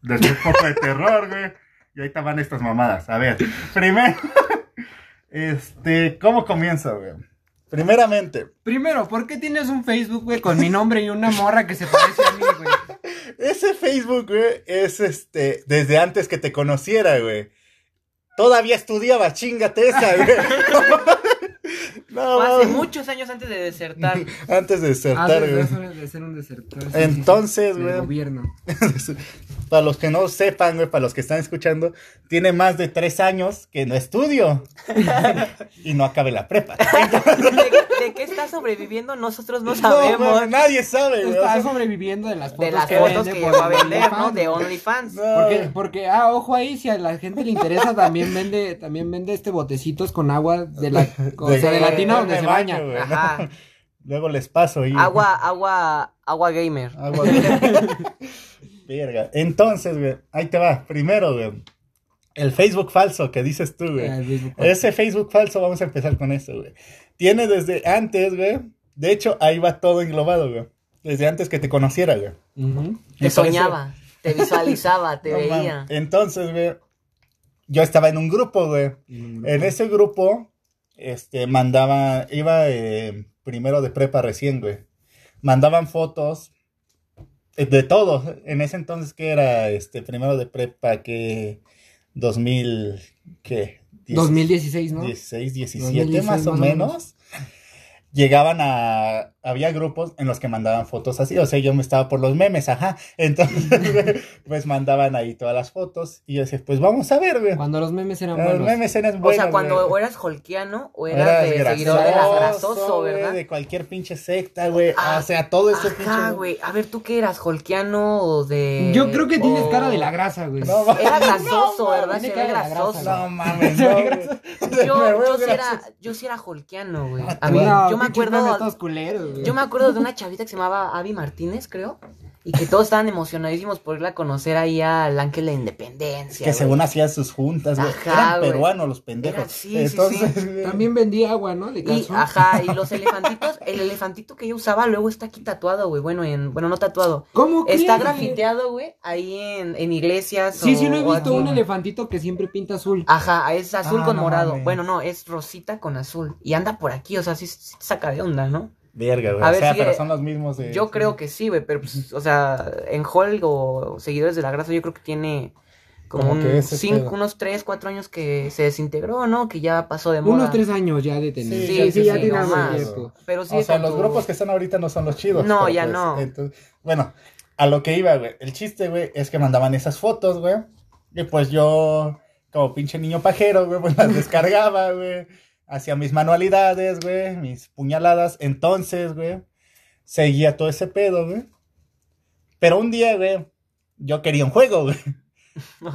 [SPEAKER 4] Después un poco de terror, güey. Y ahorita van estas mamadas. A ver, primero. Este, ¿cómo comienza, güey? Primeramente,
[SPEAKER 3] Primero, ¿por qué tienes un Facebook, güey, con mi nombre y una morra que se parece a mí, güey?
[SPEAKER 4] ese Facebook, güey, es este, desde antes que te conociera, güey. Todavía estudiaba, chingate esa, güey. No,
[SPEAKER 1] Fue hace
[SPEAKER 4] mames.
[SPEAKER 1] muchos años antes de desertar.
[SPEAKER 4] Antes de desertar,
[SPEAKER 3] Antes de
[SPEAKER 4] güey.
[SPEAKER 3] eso, de ser un desertor. sí, sí, sí,
[SPEAKER 4] Entonces,
[SPEAKER 3] del
[SPEAKER 4] güey.
[SPEAKER 3] gobierno.
[SPEAKER 4] para los que no sepan, güey, para los que están escuchando, tiene más de tres años que no estudio y no acabe la prepa.
[SPEAKER 1] ¿De, de qué está sobreviviendo? Nosotros no sabemos.
[SPEAKER 4] No, güey, nadie sabe, güey. o
[SPEAKER 3] Está
[SPEAKER 4] sea,
[SPEAKER 3] sobreviviendo de las fotos
[SPEAKER 1] de las
[SPEAKER 3] que
[SPEAKER 1] fotos
[SPEAKER 3] vende
[SPEAKER 1] que
[SPEAKER 3] por
[SPEAKER 1] llegó a vender, ¿no?
[SPEAKER 3] OnlyFans,
[SPEAKER 1] De
[SPEAKER 3] güey.
[SPEAKER 1] OnlyFans.
[SPEAKER 4] no,
[SPEAKER 3] Porque,
[SPEAKER 4] güey.
[SPEAKER 3] porque, ah, ojo ahí, si a la gente le interesa, también vende, también vende este botecitos con agua de la, o sea, de la tina
[SPEAKER 4] de-
[SPEAKER 3] donde
[SPEAKER 4] de
[SPEAKER 3] se
[SPEAKER 4] baño,
[SPEAKER 3] baña.
[SPEAKER 4] güey. Bueno.
[SPEAKER 1] Ajá.
[SPEAKER 4] Luego les paso y.
[SPEAKER 1] Agua, agua, agua gamer.
[SPEAKER 4] Agua. Verga. Entonces, güey, ahí te va. Primero, güey. El Facebook falso que dices tú, güey.
[SPEAKER 3] Ah, el Facebook.
[SPEAKER 4] Ese Facebook falso, vamos a empezar con eso, güey. Tiene desde antes, güey. De hecho, ahí va todo englobado, güey. Desde antes que te conociera, güey.
[SPEAKER 3] Ujú.
[SPEAKER 1] Te
[SPEAKER 4] Me parece-
[SPEAKER 1] soñaba, te visualizaba, te
[SPEAKER 4] No mames.
[SPEAKER 1] veía.
[SPEAKER 4] Entonces, güey, yo estaba en un grupo, güey. En ese grupo, este, mandaba, iba eh, primero de prepa recién, güey. Mandaban fotos eh, de todo. En ese entonces, que era? Este, primero de prepa, que 2000, ¿qué? Diez-
[SPEAKER 3] 2016, ¿no?
[SPEAKER 4] 16, 17
[SPEAKER 3] 2016
[SPEAKER 4] más o
[SPEAKER 3] más o
[SPEAKER 4] menos. Llegaban a. Había grupos en los que mandaban fotos así. O sea, yo me estaba por los memes, ajá. Entonces, güey, pues mandaban ahí todas las fotos. Y yo decía, pues vamos a ver, güey.
[SPEAKER 3] Cuando los memes eran
[SPEAKER 4] Los
[SPEAKER 3] buenos.
[SPEAKER 4] memes eran
[SPEAKER 1] O
[SPEAKER 4] buenos.
[SPEAKER 1] sea, cuando
[SPEAKER 4] güey.
[SPEAKER 1] o eras holkiano o eras de seguidor de la
[SPEAKER 4] grasoso,
[SPEAKER 1] grasoso,
[SPEAKER 4] güey,
[SPEAKER 1] ¿verdad?
[SPEAKER 4] De cualquier pinche secta, güey.
[SPEAKER 1] Ah,
[SPEAKER 4] o sea, todo ese
[SPEAKER 1] Ajá,
[SPEAKER 4] pinche.
[SPEAKER 1] güey. A ver, ¿tú qué eras? ¿Holkiano o de...?
[SPEAKER 3] Yo creo que tienes
[SPEAKER 1] o-
[SPEAKER 3] cara de la grasa, güey.
[SPEAKER 4] No, mames.
[SPEAKER 1] Era grasoso,
[SPEAKER 4] No,
[SPEAKER 1] ¿verdad?
[SPEAKER 3] tiene
[SPEAKER 1] Se ve
[SPEAKER 3] cara de la
[SPEAKER 1] grasoso.
[SPEAKER 3] grasa,
[SPEAKER 4] No mames, no, güey. Me
[SPEAKER 1] Yo,
[SPEAKER 4] veo
[SPEAKER 1] yo sí era,
[SPEAKER 4] grasoso.
[SPEAKER 1] yo sí era holkiano, güey.
[SPEAKER 4] Ah,
[SPEAKER 1] A mí,
[SPEAKER 3] No,
[SPEAKER 1] yo me
[SPEAKER 3] pinches memes
[SPEAKER 1] acuerdo...
[SPEAKER 3] todos culeros, güey.
[SPEAKER 1] Yo me acuerdo de una chavita que se llamaba Abby Martínez, creo. Y que todos estaban emocionadísimos por irla a conocer ahí al Ángel de la Independencia.
[SPEAKER 4] Que
[SPEAKER 1] güey.
[SPEAKER 4] según hacían sus juntas, güey.
[SPEAKER 1] Ajá,
[SPEAKER 4] Eran
[SPEAKER 1] güey.
[SPEAKER 4] peruanos los pendejos.
[SPEAKER 1] Era- sí, sí,
[SPEAKER 4] Entonces,
[SPEAKER 1] sí.
[SPEAKER 4] güey,
[SPEAKER 3] También vendí agua, ¿no? De
[SPEAKER 1] Y, ah,
[SPEAKER 3] calzón.
[SPEAKER 1] ajá, y los elefantitos, el elefantito que yo usaba luego está aquí tatuado, güey. Bueno, en, bueno, no tatuado.
[SPEAKER 3] ¿Cómo que?
[SPEAKER 1] Está grafiteado, güey, ahí en, en iglesias.
[SPEAKER 3] Sí, sí,
[SPEAKER 1] o-
[SPEAKER 3] lo he
[SPEAKER 1] o
[SPEAKER 3] visto.
[SPEAKER 1] aquí.
[SPEAKER 3] Un elefantito que siempre pinta azul.
[SPEAKER 1] Ajá, es azul
[SPEAKER 4] Ah,
[SPEAKER 1] con
[SPEAKER 4] no
[SPEAKER 1] morado.
[SPEAKER 4] mames.
[SPEAKER 1] Bueno, no, es rosita con azul. Y anda por aquí, o sea, sí, sí te saca de onda, ¿no?
[SPEAKER 4] Verga, güey.
[SPEAKER 1] A
[SPEAKER 4] O
[SPEAKER 1] ver,
[SPEAKER 4] sea,
[SPEAKER 1] sigue.
[SPEAKER 4] pero son los mismos. de-
[SPEAKER 1] Yo creo que sí, güey, pero, pues, o sea, en Hulk o seguidores de la grasa, yo creo que tiene como,
[SPEAKER 4] Como
[SPEAKER 1] un
[SPEAKER 4] que ese
[SPEAKER 1] cinco-
[SPEAKER 4] pedo.
[SPEAKER 1] unos 3, 4 años que se desintegró, ¿no? Que ya pasó de moda.
[SPEAKER 3] Unos tres años ya de
[SPEAKER 4] Sí,
[SPEAKER 3] tener. Sí,
[SPEAKER 4] sí,
[SPEAKER 3] sí,
[SPEAKER 4] sí,
[SPEAKER 3] ya
[SPEAKER 4] sí,
[SPEAKER 3] tiene
[SPEAKER 4] no
[SPEAKER 3] algo de
[SPEAKER 4] más.
[SPEAKER 3] tiempo.
[SPEAKER 1] Pero sí
[SPEAKER 4] o
[SPEAKER 1] es
[SPEAKER 4] sea,
[SPEAKER 1] con
[SPEAKER 4] los
[SPEAKER 1] tu-
[SPEAKER 4] grupos que están ahorita no son los chidos.
[SPEAKER 1] No,
[SPEAKER 4] pero
[SPEAKER 1] ya
[SPEAKER 4] pues,
[SPEAKER 1] no.
[SPEAKER 4] entonces- bueno, a lo que iba, güey. El chiste, güey, es que mandaban esas fotos, güey. Y pues yo, como pinche niño pajero, güey, pues las descargaba, güey. Hacía mis manualidades, güey, mis puñaladas. Entonces, güey, seguía todo ese pedo, güey. Pero un día, güey, yo quería un juego, güey.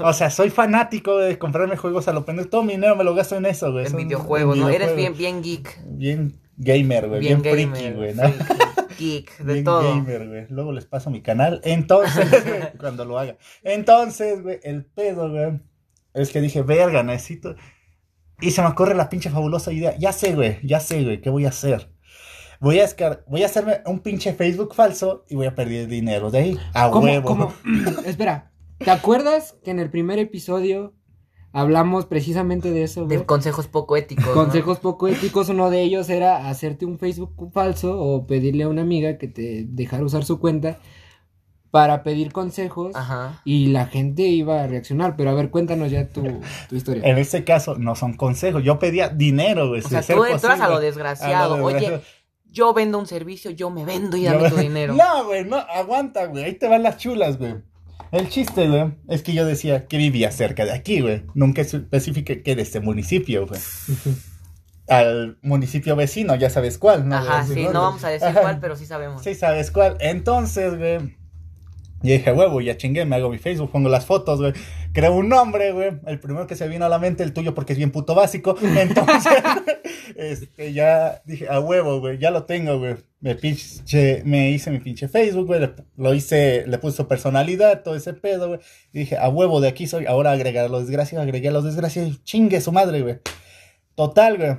[SPEAKER 4] O sea, soy fanático de comprarme juegos a lo pendejo. Todo mi dinero me lo gasto en eso, güey.
[SPEAKER 1] En
[SPEAKER 4] Son-
[SPEAKER 1] videojuegos, ¿no? Eres
[SPEAKER 4] videojuegos.
[SPEAKER 1] bien, bien geek.
[SPEAKER 4] Bien gamer, güey. Bien,
[SPEAKER 1] Bien,
[SPEAKER 4] freaky,
[SPEAKER 1] gamer.
[SPEAKER 4] güey, ¿no?
[SPEAKER 1] freak, geek, de
[SPEAKER 4] Bien
[SPEAKER 1] todo.
[SPEAKER 4] gamer, güey. Luego les paso mi canal. Entonces, güey, cuando lo haga. Entonces, güey, el pedo, güey, es que dije, verga, necesito. Y se me ocurre la pinche fabulosa idea. Ya sé, güey, ya sé, güey, ¿qué voy a hacer? Voy a, escar- voy a hacerme un pinche Facebook falso y voy a perder dinero de ahí. A
[SPEAKER 3] ¿Cómo,
[SPEAKER 4] huevo.
[SPEAKER 3] cómo? Espera, ¿te acuerdas que en el primer episodio hablamos precisamente de eso, güey?
[SPEAKER 1] De consejos poco éticos. ¿no?
[SPEAKER 3] Consejos poco éticos, uno de ellos era hacerte un Facebook falso o pedirle a una amiga que te dejara usar su cuenta para pedir consejos
[SPEAKER 1] Ajá.
[SPEAKER 3] y la gente iba a reaccionar. Pero a ver, cuéntanos ya tu, tu historia.
[SPEAKER 4] En este caso, no son consejos. Yo pedía dinero, güey.
[SPEAKER 1] O
[SPEAKER 4] si
[SPEAKER 1] sea,
[SPEAKER 4] ser
[SPEAKER 1] tú entras a
[SPEAKER 4] posible.
[SPEAKER 1] lo desgraciado.
[SPEAKER 4] A lo
[SPEAKER 1] Oye,
[SPEAKER 4] desgraciado.
[SPEAKER 1] yo vendo un servicio, yo me vendo y
[SPEAKER 4] Yo
[SPEAKER 1] dame
[SPEAKER 4] me-
[SPEAKER 1] tu dinero.
[SPEAKER 4] No, güey, no, aguanta, güey. Ahí te van las chulas, güey. El chiste, güey, es que yo decía que vivía cerca de aquí, güey. Nunca especifique que era este municipio, güey. Al municipio vecino, ya sabes cuál, ¿no?
[SPEAKER 1] Ajá,
[SPEAKER 4] Voy a decir
[SPEAKER 1] sí, no
[SPEAKER 4] nombres.
[SPEAKER 1] vamos a decir
[SPEAKER 4] Ajá.
[SPEAKER 1] cuál, pero sí sabemos.
[SPEAKER 4] Sí, sabes cuál. Entonces, güey. Yo dije, huevo, ya chingué, me hago mi Facebook, pongo las fotos, güey. Creo un nombre, güey. El primero que se vino a la mente, el tuyo, porque es bien puto básico. Entonces, este, ya dije, a huevo, güey, ya lo tengo, güey. Me, pinche, me hice mi pinche Facebook, güey. le- Lo hice, le puse personalidad, todo ese pedo, güey. Y dije, a huevo, de aquí soy. Ahora agregar los desgraciados, agregué a los desgraciados. y Chingue su madre, güey. Total, güey.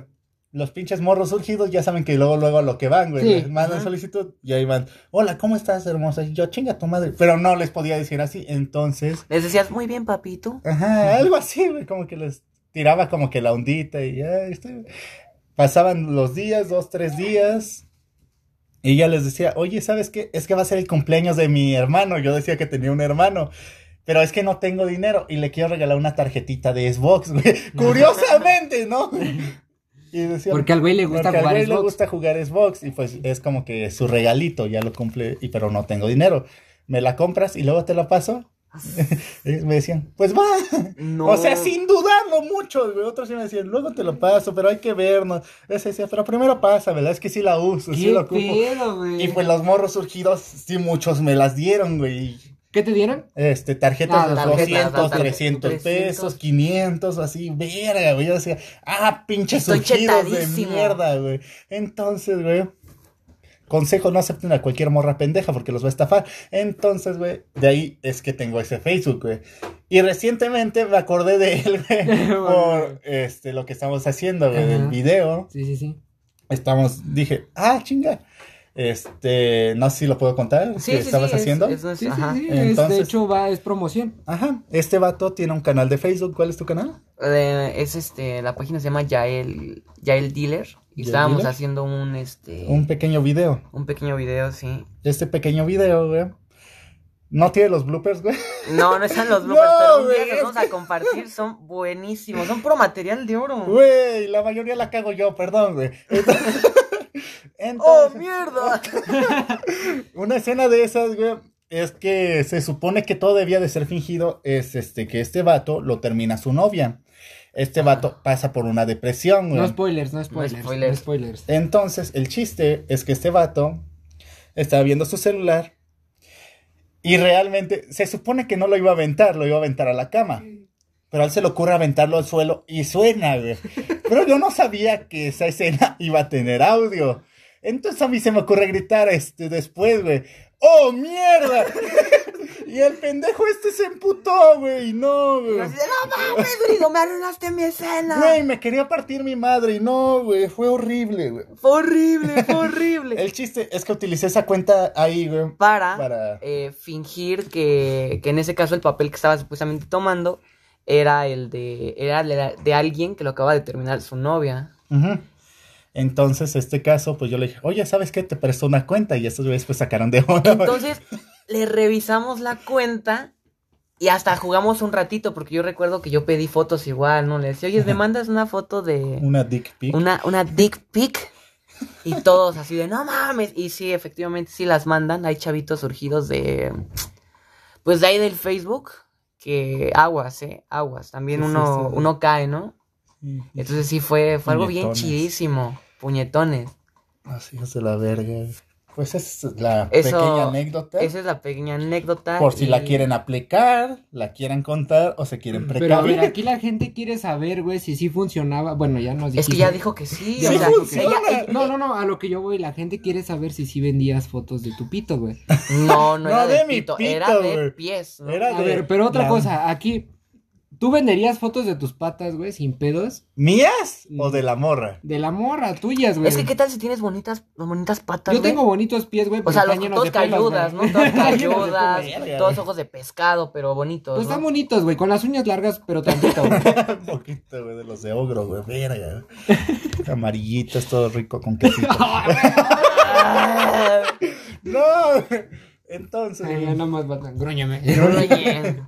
[SPEAKER 4] Los pinches morros surgidos ya saben que luego, luego a lo que van, güey.
[SPEAKER 3] Sí.
[SPEAKER 4] les Mandan
[SPEAKER 1] Ajá.
[SPEAKER 4] solicitud y ahí van. Hola, ¿cómo estás, hermosa? Y yo, chinga tu madre. Pero no les podía decir así. Entonces,
[SPEAKER 1] Les decías, muy bien, papito.
[SPEAKER 4] ajá, algo así, güey. Como que les tiraba como que la ondita y ya. este. Pasaban los días, dos, tres días. Y ya les decía, oye, ¿sabes qué? Es que va a ser el cumpleaños de mi hermano. Yo decía que tenía un hermano. Pero es que no tengo dinero y le quiero regalar una tarjetita de Xbox, güey. Curiosamente, ¿no? Y decía,
[SPEAKER 5] Porque al güey le gusta
[SPEAKER 4] porque al
[SPEAKER 5] jugar
[SPEAKER 4] güey le
[SPEAKER 5] Xbox.
[SPEAKER 4] gusta jugar Xbox y pues es como que su regalito, ya lo cumple, y, pero no tengo dinero. ¿Me la compras y luego te la paso? Y me decían, pues va.
[SPEAKER 1] No.
[SPEAKER 4] O sea, sin dudarlo mucho, güey. Otros sí me decían, luego te lo paso, pero hay que vernos. Ese decía, pero primero pasa, ¿verdad? Es que sí la uso, sí
[SPEAKER 5] ¿Qué
[SPEAKER 4] la ocupo.
[SPEAKER 5] pedo, güey?
[SPEAKER 4] Y pues los morros surgidos, sí muchos me las dieron, güey.
[SPEAKER 3] ¿Qué te dieron?
[SPEAKER 4] Este, tarjetas
[SPEAKER 5] Ah,
[SPEAKER 4] de
[SPEAKER 5] tarjetas,
[SPEAKER 4] 200,
[SPEAKER 1] tarjetas,
[SPEAKER 4] 300
[SPEAKER 1] 300.
[SPEAKER 4] pesos, 500, así, verga, güey. Yo decía, ah, pinches
[SPEAKER 1] Estoy
[SPEAKER 4] surgidos de
[SPEAKER 1] chetadísimo.
[SPEAKER 4] mierda, güey. Entonces, güey, consejo, no acepten a cualquier morra pendeja porque los va a estafar. Entonces, güey, de ahí es que tengo ese Facebook, güey. Y recientemente me acordé de él, güey, por este, lo que estamos haciendo, güey, del
[SPEAKER 5] Ajá.
[SPEAKER 4] video.
[SPEAKER 5] Sí, sí, sí.
[SPEAKER 4] Estamos, dije, ah, chinga. Este, no sé si lo puedo contar,
[SPEAKER 1] Sí,
[SPEAKER 4] que
[SPEAKER 1] sí, sí,
[SPEAKER 4] estabas
[SPEAKER 1] es-
[SPEAKER 4] haciendo.
[SPEAKER 1] es- es-
[SPEAKER 5] Sí, sí,
[SPEAKER 1] ajá.
[SPEAKER 5] sí, es-
[SPEAKER 4] Entonces-
[SPEAKER 5] de hecho, va, es promoción.
[SPEAKER 4] Ajá, este vato tiene un canal de Facebook. ¿Cuál es tu canal?
[SPEAKER 1] Eh, es este, la página se llama Yael, Yael Dealer. Y
[SPEAKER 4] ¿Yael
[SPEAKER 1] estábamos
[SPEAKER 4] Dealer?
[SPEAKER 1] haciendo un, este,
[SPEAKER 4] Un
[SPEAKER 1] un...
[SPEAKER 4] pequeño video.
[SPEAKER 1] pequeño video, sí.
[SPEAKER 4] Este pequeño video, güey. No tiene los bloopers, güey.
[SPEAKER 1] No, no están los bloopers,
[SPEAKER 4] No,
[SPEAKER 1] pero un día
[SPEAKER 4] güey,
[SPEAKER 1] los vamos a compartir. Son buenísimos, son puro material de oro.
[SPEAKER 4] Güey, la mayoría la cago yo, perdón, güey. Entonces-
[SPEAKER 1] ¡Oh,
[SPEAKER 4] Entonces,
[SPEAKER 1] mierda!
[SPEAKER 4] una escena de esas, güey, es que se supone que todo debía de ser fingido. Es este que este vato lo termina su novia. Este
[SPEAKER 1] Ah.
[SPEAKER 4] vato pasa por una depresión, güey.
[SPEAKER 5] No spoilers, no spoilers. No spoilers.
[SPEAKER 1] spoilers. Eh,
[SPEAKER 4] Entonces, el chiste es que este vato estaba viendo su celular y realmente se supone que no lo iba a aventar, lo iba a aventar a la cama. Pero a él se le ocurre aventarlo al suelo y suena, güey. Pero yo no sabía que esa escena iba a tener audio. Entonces a mí se me ocurre gritar este después, güey. ¡Oh, mierda! y el pendejo este se emputó, güey. y No,
[SPEAKER 1] Y
[SPEAKER 4] güey.
[SPEAKER 1] yo así de, ¡No mames, Grido! ¡Me arruinaste mi escena!
[SPEAKER 4] Güey, me quería partir mi madre y no, güey. Fue horrible, güey.
[SPEAKER 1] Fue horrible, fue horrible.
[SPEAKER 4] El chiste es que utilicé esa cuenta ahí, güey.
[SPEAKER 1] para,
[SPEAKER 4] Para-
[SPEAKER 1] eh, fingir que, que en ese caso el papel que estaba supuestamente tomando era el de era de, de alguien que lo acaba de terminar su novia.
[SPEAKER 4] Ujú. Entonces, este caso, pues yo le dije, oye, ¿sabes qué? Te presto una cuenta y estos güeyes pues sacaron de onda.
[SPEAKER 1] Entonces le revisamos la cuenta y hasta jugamos un ratito porque yo recuerdo que yo pedí fotos igual, no le decía, "Oye, me mandas una foto de
[SPEAKER 4] Una dick pic.
[SPEAKER 1] una una dick pic." Y todos así de, "No mames." Y sí, efectivamente sí las mandan, hay chavitos surgidos de pues de ahí del Facebook que aguas, eh, aguas. También
[SPEAKER 4] Sí, sí,
[SPEAKER 1] uno
[SPEAKER 4] sí.
[SPEAKER 1] uno cae, ¿no? Entonces sí fue, fue algo bien
[SPEAKER 4] Puñetones.
[SPEAKER 1] chidísimo. Puñetones.
[SPEAKER 4] Así Ah, hijos de la verga. Pues esa es la
[SPEAKER 1] Eso-
[SPEAKER 4] pequeña
[SPEAKER 5] ¿Eh?
[SPEAKER 4] anécdota.
[SPEAKER 1] Esa es la pequeña anécdota.
[SPEAKER 4] Por si
[SPEAKER 1] y-
[SPEAKER 4] la quieren aplicar, la quieren contar o se quieren
[SPEAKER 5] Pero a ver,
[SPEAKER 4] precavir.
[SPEAKER 5] aquí la gente quiere saber, güey, si sí funcionaba. Bueno, ya nos
[SPEAKER 1] Es
[SPEAKER 5] dijiste.
[SPEAKER 1] que ya dijo que sí.
[SPEAKER 5] Ya
[SPEAKER 1] o
[SPEAKER 5] nos
[SPEAKER 1] sea, eh,
[SPEAKER 5] dijo que-
[SPEAKER 4] funciona.
[SPEAKER 1] ella-
[SPEAKER 5] No, no, no, a lo que yo voy, la gente quiere saber si sí vendías fotos de tu pito, güey.
[SPEAKER 1] No, no,
[SPEAKER 4] No
[SPEAKER 1] era
[SPEAKER 4] de
[SPEAKER 1] de,
[SPEAKER 4] mi
[SPEAKER 1] pito,
[SPEAKER 4] pito,
[SPEAKER 1] era de
[SPEAKER 4] güey.
[SPEAKER 1] pies. ¿no?
[SPEAKER 4] Era
[SPEAKER 5] A
[SPEAKER 4] Ah, de-
[SPEAKER 5] ver, pero otra
[SPEAKER 4] la-
[SPEAKER 5] cosa, aquí, ¿tú venderías fotos de tus patas, güey, sin pedos?
[SPEAKER 4] ¿Mías
[SPEAKER 5] Mm.
[SPEAKER 4] o de la morra?
[SPEAKER 5] De la morra, tuyas, güey.
[SPEAKER 1] Es que qué tal si tienes bonitas, bonitas patas.
[SPEAKER 5] Yo
[SPEAKER 1] güey?
[SPEAKER 5] tengo bonitos pies, güey,
[SPEAKER 1] O
[SPEAKER 5] pero
[SPEAKER 1] sea, los
[SPEAKER 5] están llenos
[SPEAKER 1] todos
[SPEAKER 5] de pelos, güey.
[SPEAKER 1] cayudas, ¿no? Todos
[SPEAKER 5] Están llenos de
[SPEAKER 1] cayudas,
[SPEAKER 5] pelos.
[SPEAKER 4] verga,
[SPEAKER 1] todos
[SPEAKER 4] güey.
[SPEAKER 1] ojos de pescado, pero bonitos.
[SPEAKER 5] Pues
[SPEAKER 1] ¿no?
[SPEAKER 5] están bonitos, güey, con las uñas largas, pero tantito, güey.
[SPEAKER 4] Un poquito, güey, de los de ogro, güey. Verga. Amarillitos, todo rico con quesito.
[SPEAKER 1] Ah,
[SPEAKER 4] No. Entonces,
[SPEAKER 5] Ay, ya Eh, nada más batan, gruñame.
[SPEAKER 1] oye,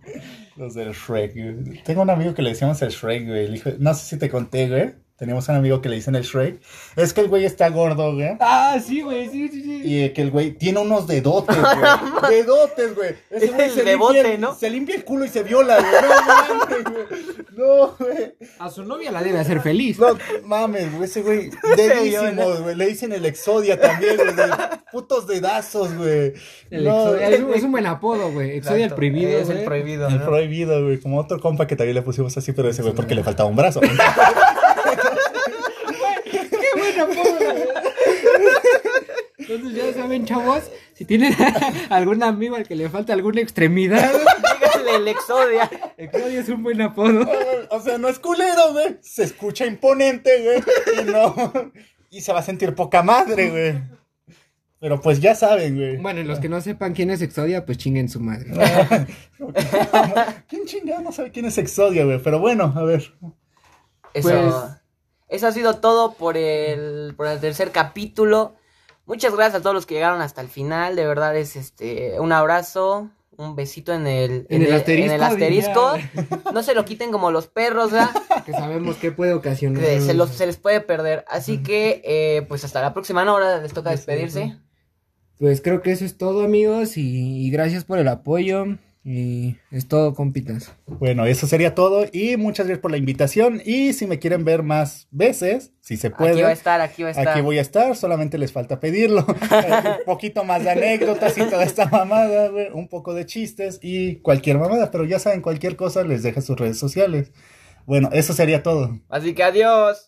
[SPEAKER 4] los del Shrek. güey. Tengo un amigo que le decíamos el Shrek, güey. el hijo- No sé si te conté, güey. Teníamos un amigo que le dicen el Shrek. Es que el güey está gordo, güey.
[SPEAKER 5] Ah, sí, güey, sí, sí, sí.
[SPEAKER 4] Y eh, que el güey tiene unos dedotes, güey. dedotes, güey. Ese
[SPEAKER 1] Es
[SPEAKER 4] güey
[SPEAKER 1] el
[SPEAKER 4] se
[SPEAKER 1] debote,
[SPEAKER 4] limpia el-
[SPEAKER 1] ¿no?
[SPEAKER 4] Se limpia el culo y se viola, güey. No, mames, güey. No, güey.
[SPEAKER 5] A su novia la debe hacer feliz.
[SPEAKER 4] No, mames, güey, ese güey, dedísimo, güey, le dicen el Exodia también, güey, de putos dedazos, güey.
[SPEAKER 5] El
[SPEAKER 4] No,
[SPEAKER 5] Exodia, es, un- es un buen apodo, güey. Exodia el
[SPEAKER 1] exacto,
[SPEAKER 5] prohibido,
[SPEAKER 1] Es el
[SPEAKER 5] güey.
[SPEAKER 1] prohibido.
[SPEAKER 4] El
[SPEAKER 1] ¿no?
[SPEAKER 4] prohibido, güey, como otro compa que también le pusimos así, pero ese güey porque le faltaba un brazo.
[SPEAKER 5] Qué buen apodo, güey. Entonces ya saben, chavos, si tienen algún amigo al que le falta alguna extremidad,
[SPEAKER 1] Díganle el exodia.
[SPEAKER 5] Exodia es un buen apodo.
[SPEAKER 4] o sea, no es culero, güey, se escucha imponente, güey, y no, y se va a sentir poca madre, güey. Pero pues ya saben, güey.
[SPEAKER 5] Bueno, y los que no sepan quién es Exodia, pues chinguen su madre.
[SPEAKER 4] ¿Quién chingado no sabe quién es Exodia, güey? Pero bueno, a ver.
[SPEAKER 1] Eso,
[SPEAKER 5] Pues-
[SPEAKER 1] eso ha sido todo por el, por el tercer capítulo. Muchas gracias a todos los que llegaron hasta el final. De verdad es este un abrazo. un besito en el,
[SPEAKER 3] En el asterisco,
[SPEAKER 1] en el asterisco. No se lo quiten como los perros, ¿verdad?
[SPEAKER 3] Que sabemos que puede ocasionar.
[SPEAKER 1] Que se, los, se les puede perder. Así que, eh, pues hasta la próxima. ¿no? Ahora les toca despedirse.
[SPEAKER 3] Pues creo que eso es todo, amigos. Y, y gracias por el apoyo. Y es todo, compitas.
[SPEAKER 4] Bueno, eso sería todo y muchas gracias por la invitación y si me quieren ver más veces, si se puede,
[SPEAKER 1] Aquí va a estar, aquí va a estar.
[SPEAKER 4] Aquí voy a estar, solamente les falta pedirlo. Eh, un poquito más de anécdotas y toda esta mamada, güey, un poco de chistes y cualquier mamada, pero ya saben, cualquier cosa les deja sus redes sociales. Bueno, eso sería todo.
[SPEAKER 1] Así que adiós.